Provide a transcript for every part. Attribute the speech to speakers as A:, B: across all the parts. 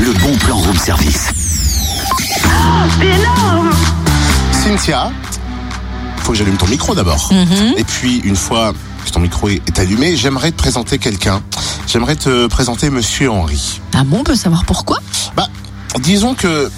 A: le bon plan room service.
B: Cynthia, faut que j'allume ton micro d'abord.
C: Mhm.
B: Et puis, une fois que ton micro est est allumé, j'aimerais te présenter quelqu'un. J'aimerais te présenter Monsieur Henri.
C: Ah bon, on peut savoir pourquoi
B: Bah, disons que...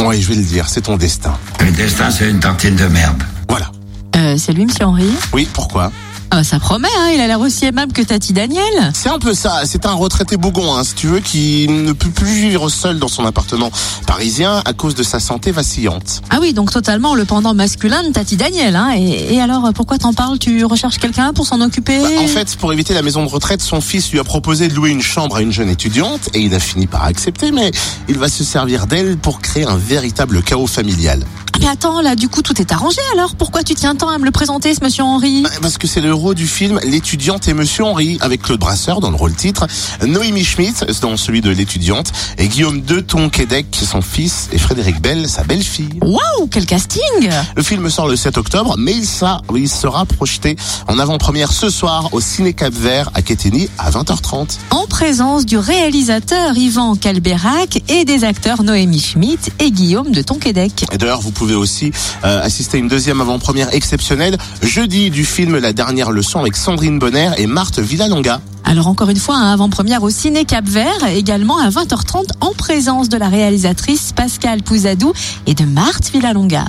B: Oui, je vais le dire, c'est ton destin.
D: Le destin, c'est une tartine de merde.
B: Voilà.
C: euh, C'est lui, monsieur Henri.
B: Oui, pourquoi
C: Ah, ça promet, hein, il a l'air aussi aimable que Tati Daniel.
B: C'est un peu ça, c'est un retraité bougon, hein, si tu veux, qui ne peut plus vivre seul dans son appartement parisien à cause de sa santé vacillante.
C: Ah oui, donc totalement le pendant masculin de Tati Daniel. Hein. Et, et alors, euh, pourquoi t'en parles Tu recherches quelqu'un pour s'en occuper
B: Bah, en fait, pour éviter la maison de retraite, son fils lui a proposé de louer une chambre à une jeune étudiante et il a fini par accepter, mais il va se servir d'elle pour créer un véritable chaos familial.
C: Ah, Mais attends, là, du coup, tout est arrangé alors Pourquoi tu tiens tant à me le présenter, ce monsieur Henri
B: Bah, Parce que c'est le héros du film L'étudiante et Monsieur Henri, avec Claude Brasseur dans le rôle titre, Noémie Schmidt dans celui de l'étudiante, et Guillaume Deuton Québec, son fils, et Frédéric Bell, sa belle-fille.
C: Waouh, Oh, quel casting
B: Le film sort le 7 octobre, mais il, sa- il sera projeté en avant-première ce soir au Ciné Cap Vert à Quétigny à 20h30.
C: En présence du réalisateur Yvan Calbérac et des acteurs Noémie Schmitt et Guillaume de Tonquédec.
B: Et d'ailleurs, vous pouvez aussi euh, assister à une deuxième avant-première exceptionnelle jeudi du film La dernière leçon avec Sandrine Bonner et Marthe Villalonga.
C: Alors encore une fois, un avant-première au Ciné Cap Vert, également à 20h30 en présence de la réalisatrice Pascale Pouzadou et de Marthe Villalonga.